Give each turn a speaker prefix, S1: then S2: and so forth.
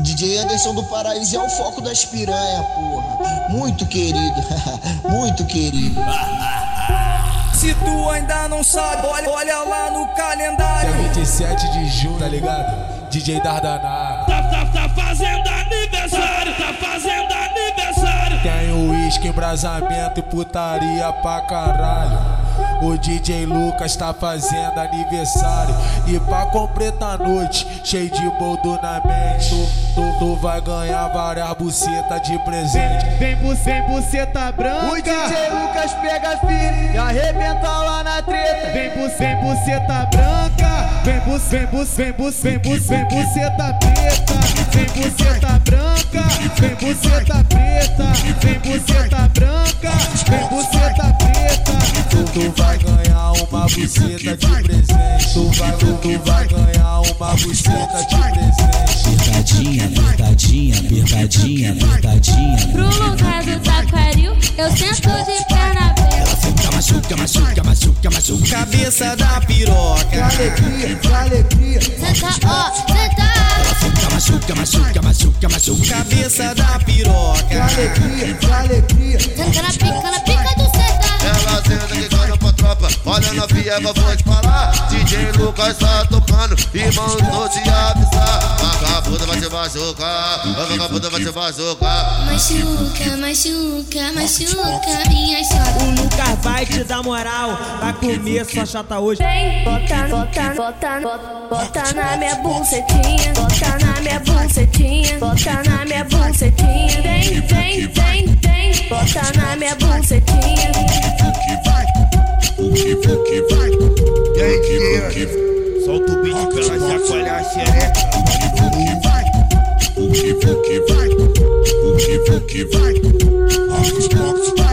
S1: DJ Anderson do Paraíso é o foco das piranha, porra. Muito querido, muito querido.
S2: Se tu ainda não sabe, olha, olha lá no calendário.
S3: Dia 27 de junho, tá ligado? DJ Dardanaco.
S4: Tá, tá, tá fazendo aniversário, tá fazendo aniversário.
S3: Tem o uísque, embrasamento e putaria pra caralho. O DJ Lucas tá fazendo aniversário E pra completar a noite, cheio de boldo na mente Tu, tu, tu vai ganhar várias bucetas de presente
S5: Vem, bu- vem buceta branca O DJ Lucas pega firme E arrebenta lá na treta Vem, bu- vem buceta branca Vem, bu- vem, bu- vem, bu- vem, bu- vem buceta preta Vem buceta branca Vem buceta preta Vem buceta branca Vem buceta preta
S3: Tu, tu vai ganhar uma buceta de presente Tu vai, tu, tu vai ganhar uma buceta de presente
S6: Apertadinha, apertadinha, apertadinha, apertadinha.
S7: Pro lugar do aquário, eu sento de perna aberta.
S2: Cabeça da piroca.
S7: Senta, ó, senta.
S2: Cabeça da piroca.
S7: Senta na pica, na pica do seta.
S8: Ela senta que canta pra tropa, olha na vieva, vou te falar. DJ Lucas tá tocando e mandou te avisar. Vagabunda vai te machucar, vagabunda vai te machucar.
S7: Machuca, machuca, machuca, minha chota.
S9: O Lucas vai te dar moral, vai comer sua chata hoje.
S10: Bota, bota, bota, bota, bota na minha bucetinha, bota na minha bucetinha, bota na minha bucetinha, vem, vem, vem, vem, bota na minha bucetinha.
S4: Solta o beat pra ela chacoalhar a xereca.
S8: O que vai, o que vai, o que vai, o que vai.